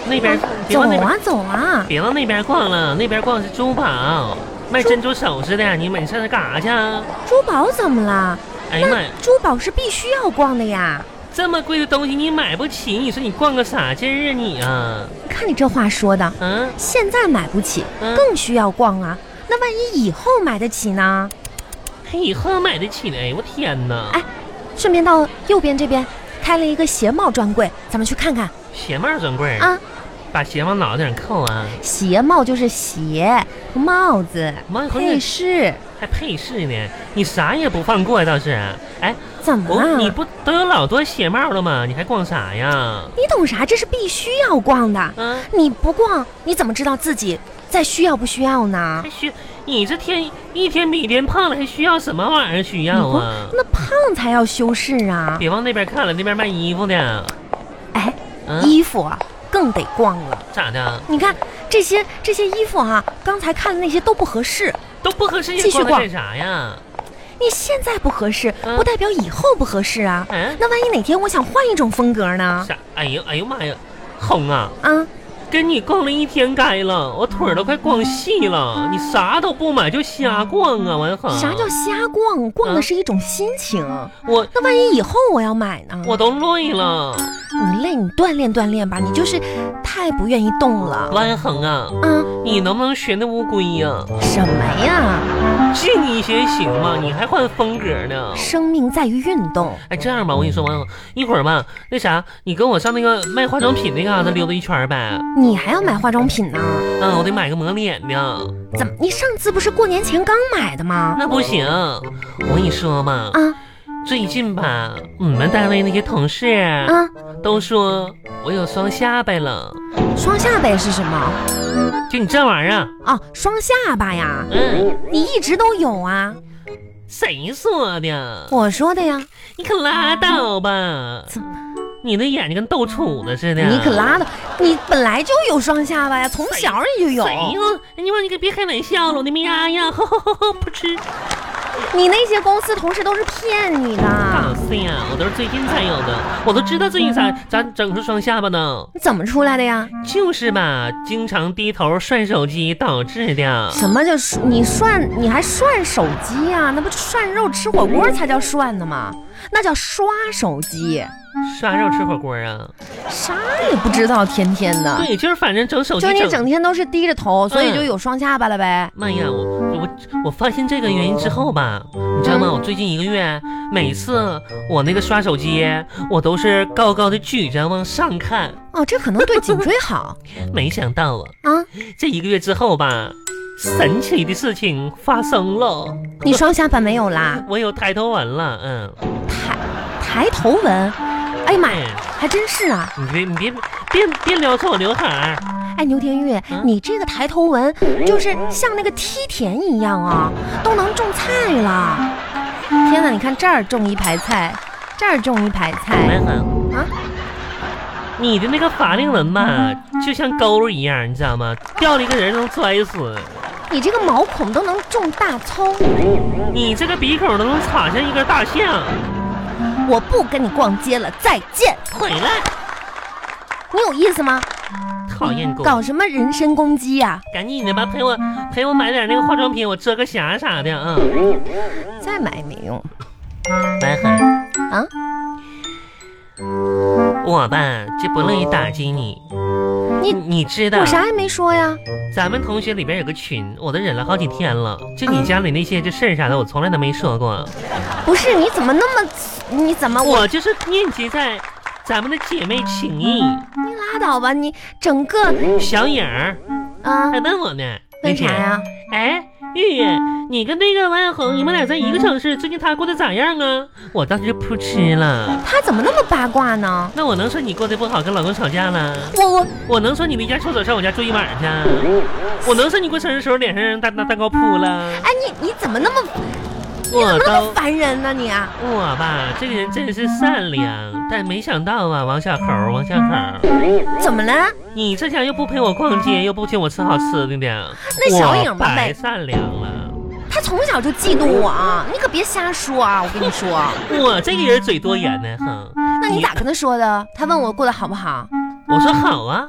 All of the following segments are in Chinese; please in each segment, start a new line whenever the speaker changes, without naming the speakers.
别往
走
那边，
啊走啊！
别往那边逛了，那边逛是珠宝，卖珍珠首饰的，你们上那干啥去啊？
珠宝怎么了？
哎呀妈
那
呀，
珠宝是必须要逛的呀！
这么贵的东西你买不起，你说你逛个啥劲儿啊你啊？
看你这话说的，
嗯、
现在买不起，
嗯
更需要逛啊。那万一以后买得起呢？
还以后买得起呢？哎呦我天哪！
哎顺便到右边这边开了一个鞋帽专柜，咱们去看看
鞋帽专柜儿，
啊。
把鞋往脑袋上扣啊，
鞋帽就是鞋、帽子、
妈呀，
配饰，
还配饰呢，你啥也不放过呀倒是。哎，
怎么
我、
了？
你不都有老多鞋帽了吗？你还逛啥呀？
你懂啥？这是必须要逛的。
嗯、
你不逛，你怎么知道自己在需要不需要呢
还？需你这天一天比一天胖了，还需要什么玩意儿需要啊？嗯
那胖才要修饰啊！
别往那边看了，那边卖衣服的。
哎，
嗯，
衣服啊，更得逛了。
咋的？
你看这些这些衣服啊，刚才看的那些都不合适。
都不合适，
继
你
续
逛的
逛
干啥呀？
你现在不合适，
嗯
不代表以后不合适啊。
嗯，
那万一哪天我想换一种风格呢？
啥？哎呦，哎呦妈呀！红啊，
啊，
跟你逛了一天街了，我腿儿都快逛细了。你啥都不买就瞎逛啊，完恒。
啥叫瞎逛？逛的
嗯
是一种心情。
我
那万一以后我要买呢？
嗯我都累了，
你累，你锻炼锻炼吧。你就是太不愿意动了。
万恒啊，
啊，
你能不能学那乌龟呀、
什么呀？
近一些行吗？你还换风格呢？
生命在于运动。
哎，这样吧，我跟你说，王总，一会儿吧，那啥，你跟我上那个卖化妆品那嘎达溜达一圈儿呗。
你还要买化妆品呢？
嗯，我得买个抹脸的，
怎么？你上次不是过年前刚买的吗？
那不行。我跟你说嘛，
啊
最近吧，我们单位那些同事
啊！
都说我有双下巴了。
双下巴是什么？
就你这玩意儿啊，
哦，双下巴呀，
嗯，
你一直都有啊。
谁说的？
我说的呀，
你可拉倒吧
怎！
你那眼睛跟豆杵子似的。
你可拉倒，你本来就有双下巴呀，从小你就有
谁。呀？你妈，你可别开玩笑了，我的妈呀！ 呵呵呵呵，噗嗤！
你那些公司同事都是骗你
老
的，
师啊呀，我都是最近才有的，我都知道最近
嗯
咋咋整出双下巴呢？
你怎么出来的呀？
就是吧，经常低头涮手机导致的。
什么叫涮你涮？你还涮手机呀、那不涮肉吃火锅才叫涮呢吗？那叫刷手机，
涮肉吃火锅啊？
啥也不知道，天天的。
对，就是反正嗯整手机
啊就是你整天都是低着头，所以就有双下巴了呗。
妈呀，我我我发现这个原因之后吧，你知道
嗯
吗？我最近一个月，每次我那个刷手机，我都是高高的举着往上看，
哦，这可能对颈椎好
没想到啊，
啊。
这一个月之后吧，神奇的事情发生了，
你双下巴没有啦？
我有抬头纹了，嗯，
抬抬头纹，哎呀妈呀，
哎，
还真是啊！
你别你别别别撩出我刘海儿，
哎，牛天玉，
嗯
你这个抬头纹就是像那个梯田一样啊，都能种菜了。天哪，你看这儿种一排菜，这儿种一排菜
文恒
啊！
你的那个法令纹吧，就像钩儿一样，你知道吗？掉了一个人能摔死，
你这个毛孔都能种大葱，
你这个鼻孔都能插上一根大象，
我不跟你逛街了，再见！
回来，
你有意思吗？
讨厌狗，
嗯搞什么人身攻击啊呀、
赶紧的吧，陪我陪我买点那个化妆品，我遮个瑕啥的啊。嗯
再买也没用。
文恒，
啊，
我吧就不乐意打击你，
你
你知道
我啥也没说呀，
咱们同学里边有个群，我都忍了好几天了。就你家里那些这事儿啥的，我从来都没说过。
不是？你怎么那么，你怎么
我就是念及在咱们的姐妹情谊。
你拉倒吧，你整个
小影儿
啊
还，问我呢，那
嗯为啥
天，
呀？哎，
哎，玉玉，你跟那个王小红，你们俩在一个城市，最近她过得咋样啊？我当时就扑哧了。
他怎么那么八卦呢？
那我能说你过得不好，跟老公吵架了？
我我
我能说你离家出走上我家住一晚上去？我能说你过生日的时候脸上让蛋蛋蛋糕扑了？
哎，你你怎么那么
我
那
都
么烦人呢？你啊，
我吧，这个人真是善良，但没想到啊，王小猴，王小猴，
怎么了？
你这家又不陪我逛街，又不请我吃好吃的呢，
嗯那小影
我
吧
白
呗
善良了。
他从小就嫉妒我啊！你可别瞎说啊！我跟你说，
我这个人嘴多言呢，哼。
那你咋跟他说的？他问我过得好不好？
我说好啊，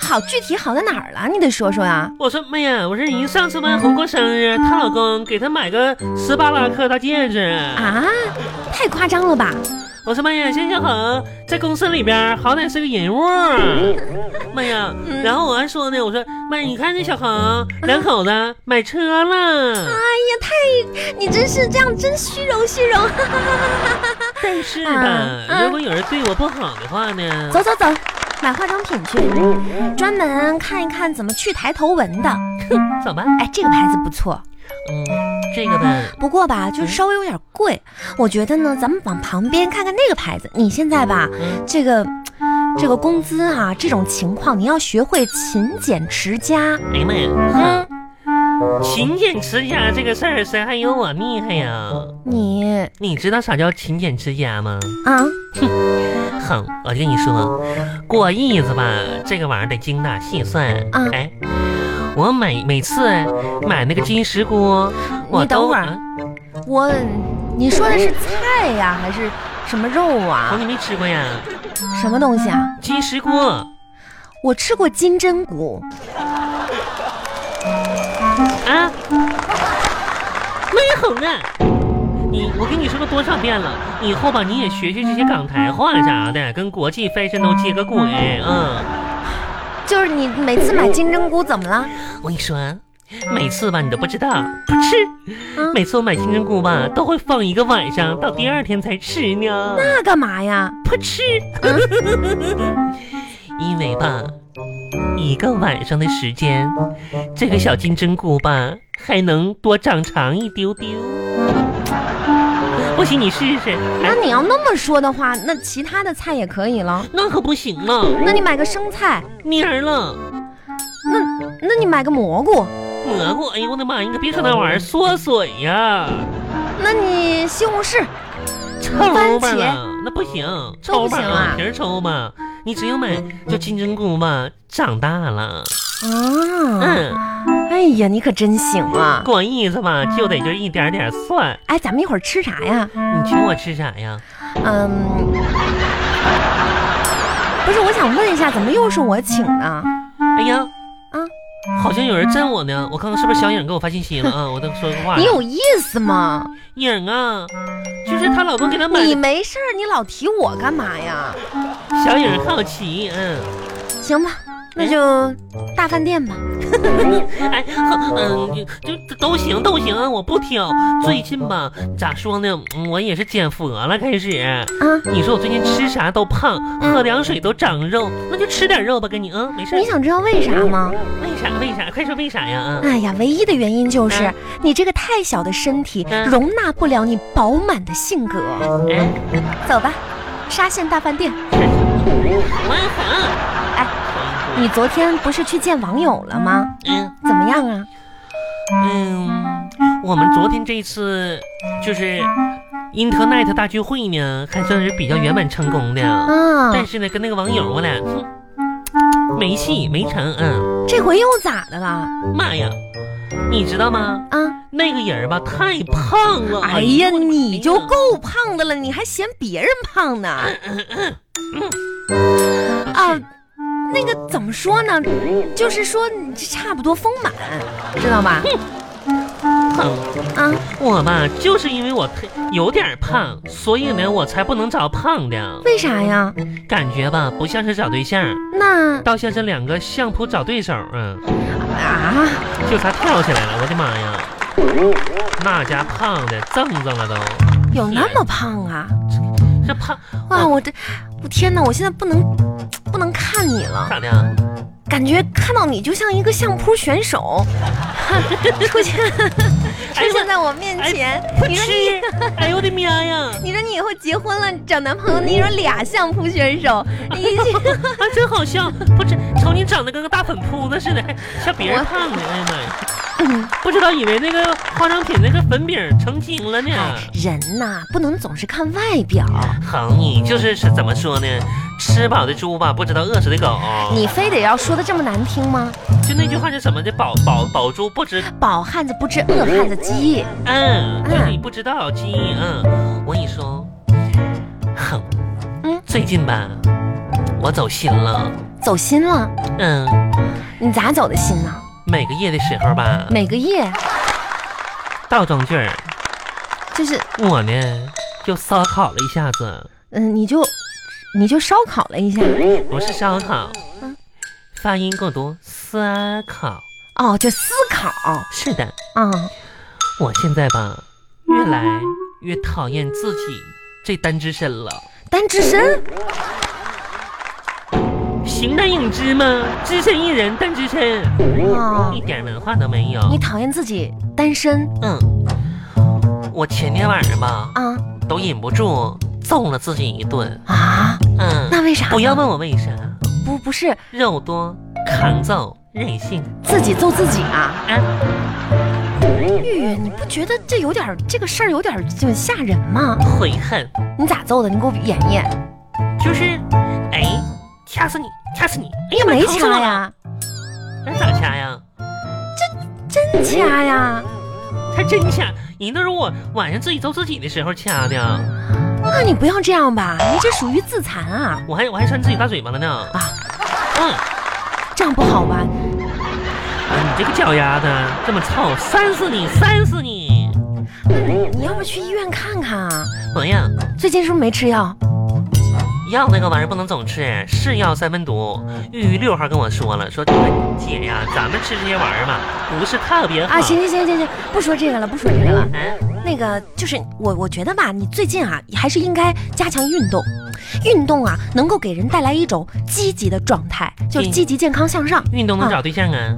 好好具体好在哪儿了？你得说说呀、
我说妹呀，我说人上次帮红过生日，她老公给她买个斯巴达克大戒指。
啊！太夸张了吧？
我说妈呀，谢小恒在公司里边儿好歹是个人物。妈呀，
嗯
然后我还说呢，我说妈，你看这小恒两口子买车了，
啊你真是这样，真虚荣虚荣。
但是
啊
吧，
啊
如果有人对我不好的话呢，
走走走，嗯买化妆品去，专门看一看怎么去抬头纹的。
走吧，
哎，这个牌子不错，
嗯，这个吧，
不过吧，就是稍微有点贵。我觉得呢，咱们往旁边看看那个牌子。你现在吧，
嗯
这个这个工资啊，这种情况你要学会勤俭持家。
哎呀妈呀，
嗯，
勤俭持家这个事儿，谁还有我厉害呀？
你
你知道啥叫勤俭持家吗？
啊，
哼，我就跟你说，过日子吧，这个玩意儿得精打细算。
嗯
哎，我每每次买那个金石锅，我
你等
都
会儿
啊
我你说的是菜呀、还是什么肉
我
啊？
你没吃过呀？
什么东西啊？
金石锅，
我吃过金针菇，
啊，没红啊！你我跟你说过多少遍了，以后吧你也学学这些港台话啥的，跟国际 fashion 都接个轨。嗯，
就是你每次买金针菇怎么了？
我跟你说啊，每次吧你都不知道，不吃。
嗯
每次我买金针菇吧，都会放一个晚上，到第二天才吃呢。
那干嘛呀？
不吃， 因为吧，一个晚上的时间，这个小金针菇吧，还能多长长一丢丢。不信你试试，
那
哎，
你要那么说的话，那其他的菜也可以了。
那可不行了，
那你买个生菜，
蔫儿了。
那你买个蘑菇，
蘑菇，哎呦我的妈！你可别说那玩意儿缩水呀，
那你西红柿
抽吧
番
了
茄，
那不行，
都
抽
不
吧
行啊
皮儿抽吧。你只有买就金针菇吧，长大了，
啊。
嗯，
哎呀，你可真行啊！
过日子吧就得就一点点算。
哎，咱们一会儿吃啥呀？
你请我吃啥呀？
嗯，不是，我想问一下，怎么又是我请呢？
哎呀，
啊，
好像有人震我呢，我看看是不是小影给我发信息了啊？我再说个话。
你有意思吗？
影啊，就是她老公给她买
你
的。
没事儿，你老提我干嘛呀？
小影好奇，嗯，
行吧，那就大饭店吧。
哎，好嗯，就就都行都行，嗯我不挑。最近吧，咋说呢，嗯我也是减佛了，开始。
啊，
你说我最近吃啥都胖，喝凉水都长肉，那就吃点肉吧，跟你啊，没事
嗯你。想知道为啥吗？
为啥？为啥？快说为啥呀？啊，
哎呀，唯一的原因就是
嗯
你这个太小的身体
嗯
容纳不了你饱满的性格。
哎，
走吧，沙县大饭
嗯
店。
我好。
哎，你昨天不是去见网友了吗？
嗯。
怎么样啊？
嗯，我们昨天这次就是 Internet 大聚会呢，还算是比较圆满成功的。
啊，
但是呢，跟那个网友呢，哼没戏没成。嗯，
这回又咋的了？
妈呀，你知道吗？
啊，
那个人吧，太胖了。
哎呀，
呦
你就够胖的了，
嗯
你还嫌别人胖呢？
嗯
啊，那个怎么说呢？就是说你这差不多丰满，知道吧？
胖！嗯
啊，
我吧，就是因为我太有点胖，所以呢，我才不能找胖的。
为啥呀？
感觉吧，不像是找对象，
那
倒像是两个相扑找对手。嗯。
啊。
就差跳起来了，我的妈呀！那家胖的锃锃了都，
有那么胖啊？
这胖
哇，我这，我天哪！我现在不能，不能看你了，
咋的？啊
感觉看到你就像一个相扑选手， 出现，
哎
出哎现在我面前。你说你，
吃！哎呦我的妈呀！
你说你以后结婚了找男朋友，你说俩相扑选手，你一起
啊，真好笑！不是，瞅你长得跟个大粉扑子似的，还像别人胖的。哎呀妈呀！不知道以为那个化妆品那个粉饼成精了呢。
人呐，不能总是看外表，
好，你就是是怎么说呢？吃饱的猪吧，不知道饿死的狗。
你非得要说的这么难听吗？
就那句话是什么的？饱饱饱猪不知
饱汉子不知饿汉子饥，
嗯，就是你不知道基因。嗯，我跟你说，哼，
嗯
最近吧，我走心了。
走心了？
嗯，
你咋走的心呢？
每个夜的时候吧，
每个夜
倒装句儿，
就是，
我呢就烧烤了一下子，
嗯、你就你就烧烤了一下，
不是烧烤
嗯，
发音过多，思考。
哦，就思考
是的，
啊、
我现在吧，越来越讨厌自己这单只身了。
单只身，
形单影只吗？只身一人，单只身，
啊
一点文化都没有。
你讨厌自己单身
嗯，我前天晚上吧，
啊
都忍不住揍了自己一顿。
啊？
嗯，
那为啥呢？
不要问我为啥，
不不是
肉多扛揍，任性
自己揍自己啊？
啊！嗯
玉玉，你不觉得这有点儿这个事儿有点儿就吓人吗？
悔恨
你咋揍的？你给我演演。
就是，哎，掐死你，掐死你！哎
这
呀妈，
没
疼死我
掐
了，
呀，
那咋掐呀？
真掐呀！
还真掐，人都是我晚上自己揍自己的时候掐的，
啊，你不要这样吧，你这属于自残啊，
我还我还扇自己大嘴巴了呢。
啊，
嗯。
这样不好吧？
你这个脚丫子这么臭，扇死你，扇死你！
你要不去医院看看啊？
朋友，
最近是不是没吃药？
药那个玩意儿不能总吃，是药三分毒。玉玉六号跟我说了，说姐呀，咱们吃这些玩意儿嘛，不是特 别好。
啊，行行行行行，不说这个了，不说这个了。
哎，
那个就是我，我觉得吧，你最近啊，还是应该加强运动。运动啊，能够给人带来一种积极的状态，就是
嗯
积极、健康、向上。
运动能找对象啊？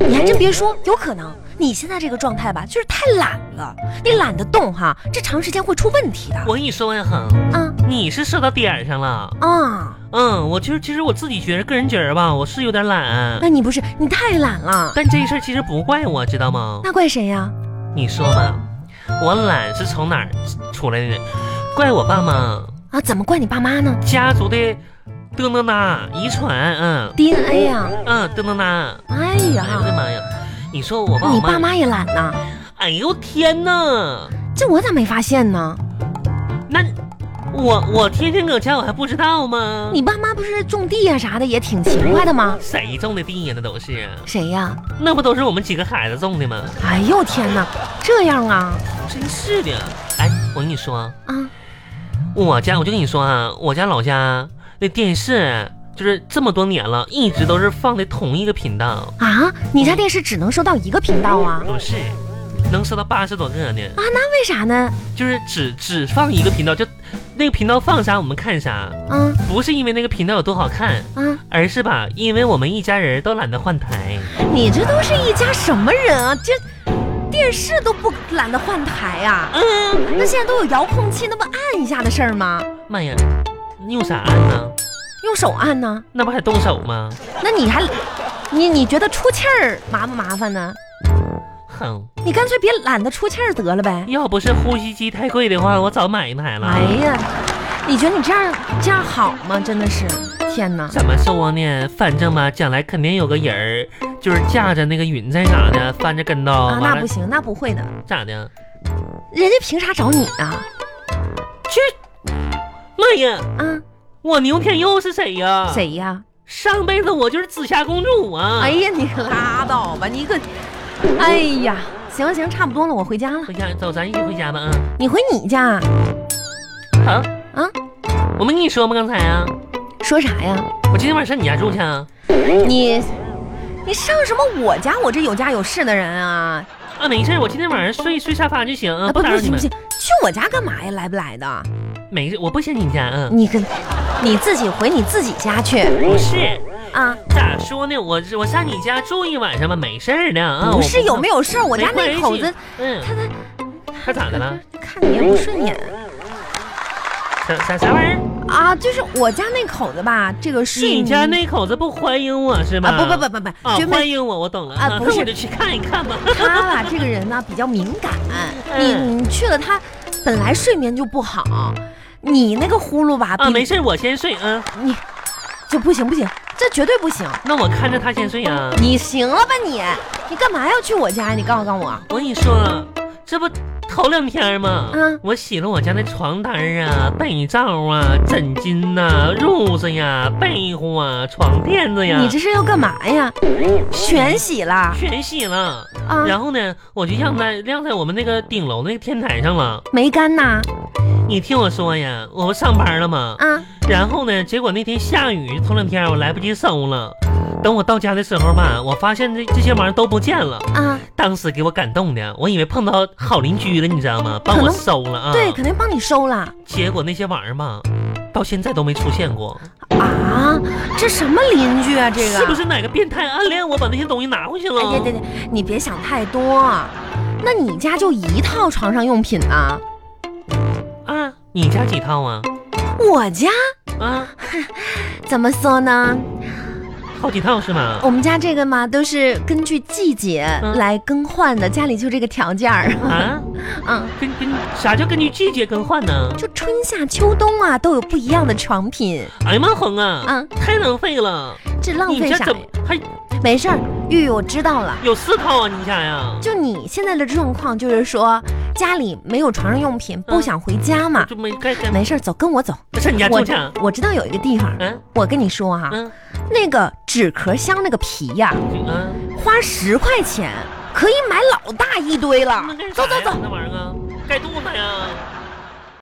你还真别说，有可能你现在这个状态吧，就是太懒了，你懒得动哈，这长时间会出问题的。
我跟你说呀，哼，
啊
你是说到点儿上了。
啊，
嗯，我其实其实我自己觉着，个人觉着吧，我是有点懒，
那你不是你太懒了，
但这事儿其实不怪我，知道吗？
那怪谁呀？
你说吧，我懒是从哪儿出来的？怪我爸妈。
啊，怎么怪你爸妈呢
家族的嗯嘚嘚呐，遗传，嗯
？DNA 呀、
嗯，嘚嘚呐，
哎
哎呀我
呀，
的妈呀！你说我爸
你
我
爸妈也懒呐，
哎呦天呐，
这我咋没发现呢？
那我我天天搁家我还不知道吗？
你爸妈不是种地呀、啥的也挺勤快的吗？
谁种的地呀？那都是，
谁呀？
那不都是我们几个孩子种的吗？
哎呦天哪，这样啊
真是的，哎，我跟你说，
啊
我家我就跟你说啊，我家老家那电视啊就是这么多年了，一直都是放的同一个频道，
啊！你家电视只能收到一个频道啊
不是，能收到八十多个呢。
啊？那为啥呢？
就是只只放一个频道，就那个频道放啥我们看啥，
啊
不是因为那个频道有多好看，
啊！
而是吧，因为我们一家人都懒得换台。
你这都是一家什么人啊？这电视都不懒得换台啊？
嗯，
那现在都有遥控器，那不按一下的事儿吗？
妈呀，你用啥按呢？
用手按呢？
那不还动手吗？
那你还，你你觉得出气儿麻不麻烦呢？
哼，
你干脆别懒得出气儿得了呗。
要不是呼吸机太贵的话，我早买一台了。啊
哎呀，你觉得你这样这样好吗？真的是，天哪！
怎么说呢？反正吧，将来肯定有个人儿，就是架着那个云彩啥的，翻着跟头，
啊，
哦完
那
了
不行，那不会的，
咋的？
人家凭啥找你啊？
妈呀，
啊，
我牛天佑是谁呀？？
谁呀？
上辈子我就是紫霞公主啊！
哎呀，你可拉倒吧，你可，哎呀，行行，差不多了，我回家了。
回家走，咱一起回家吧，嗯。
你回你家，
好
啊，
我没跟你说吗？刚才啊，
说啥呀？
我今天晚上上你家住去啊？
你，你上什么我家？我这有家有室的人啊，
啊，没事儿，我今天晚上睡睡沙发就行，啊
啊
不
不
打
不
扰你
行不
们。
行，去我家干嘛呀？来不来的？
没事，我不嫌你家，嗯，
你跟，你自己回你自己家去
不是，
啊！
咋说呢？我我上你家住一晚上吧，没事儿的啊。
不是有没
有？
有事儿，我家
没关
那
系
口子，
嗯，
他他
他咋的了？？
看你也不顺眼
啥啥啥玩意儿？
啊！就是我家那口子吧，这个睡
你
迷
家那口子不欢迎我是吗？
啊不不不不
啊
不，绝，
欢
没
迎我，我懂了
啊不是啊
那我就去看一看吧。
他吧，这个人呢比较敏感，你
嗯
你去了他本来睡眠就不好，你那个呼噜吧，
啊，
比
没事儿，我先睡，嗯，
你这不行不行，这绝对不行！
那我看着他先睡啊。
你行了吧你？你干嘛要去我家呀？你告诉告诉我，
我跟你说，这不头两天嘛，
嗯
我洗了我家的床单儿啊、被罩啊、枕巾呐、褥子呀、被乎啊、床垫子呀，
你这是要干嘛呀？全洗了
全洗了。
啊？
然后呢，我就晾在晾在我们那个顶楼那个天台上了。
没干呐？
你听我说呀，我不上班了吗？
啊，
然后呢，结果那天下雨，头两天我来不及收了。等我到家的时候吧，我发现这这些玩意儿都不见了，
啊，
当时给我感动的，我以为碰到好邻居了，你知道吗？帮
可
我
能
收了啊。
对，肯定帮你收了
结果那些玩意儿吧，到现在都没出现过。
啊！这什么邻居啊？这个
是不是哪个变态暗恋我，把那些东西拿回去了？
哎，对对对，你别想太多。啊那你家就一套床上用品呢？
啊，你家几套啊？
我家
啊，
怎么说呢？
好几套是吗？
我们家这个嘛，都是根据季节
嗯
来更换的，家里就这个条件儿。
啊，
嗯，
跟跟啥叫根据季节更换呢？
就春夏秋冬啊，都有不一样的床品。
哎呀妈，红啊，
嗯
太浪费了！
这浪
你
费
家
啥
怎
呀
么？还
没事儿，玉玉，我知道了。
有四套啊？你家呀？
就你现在的状况，就是说家里没有床上用品，不
嗯
想回家嘛。
就没该该
没事儿，走，跟我走。
上你家
我
住去啊？
我知道有一个地方，
嗯
我跟你说哈、
嗯
那个纸壳箱那个皮呀、
嗯，
花十块钱可以买老大一堆了
那。干啥
走走
呀
走，
那玩意儿啊，盖肚子呀？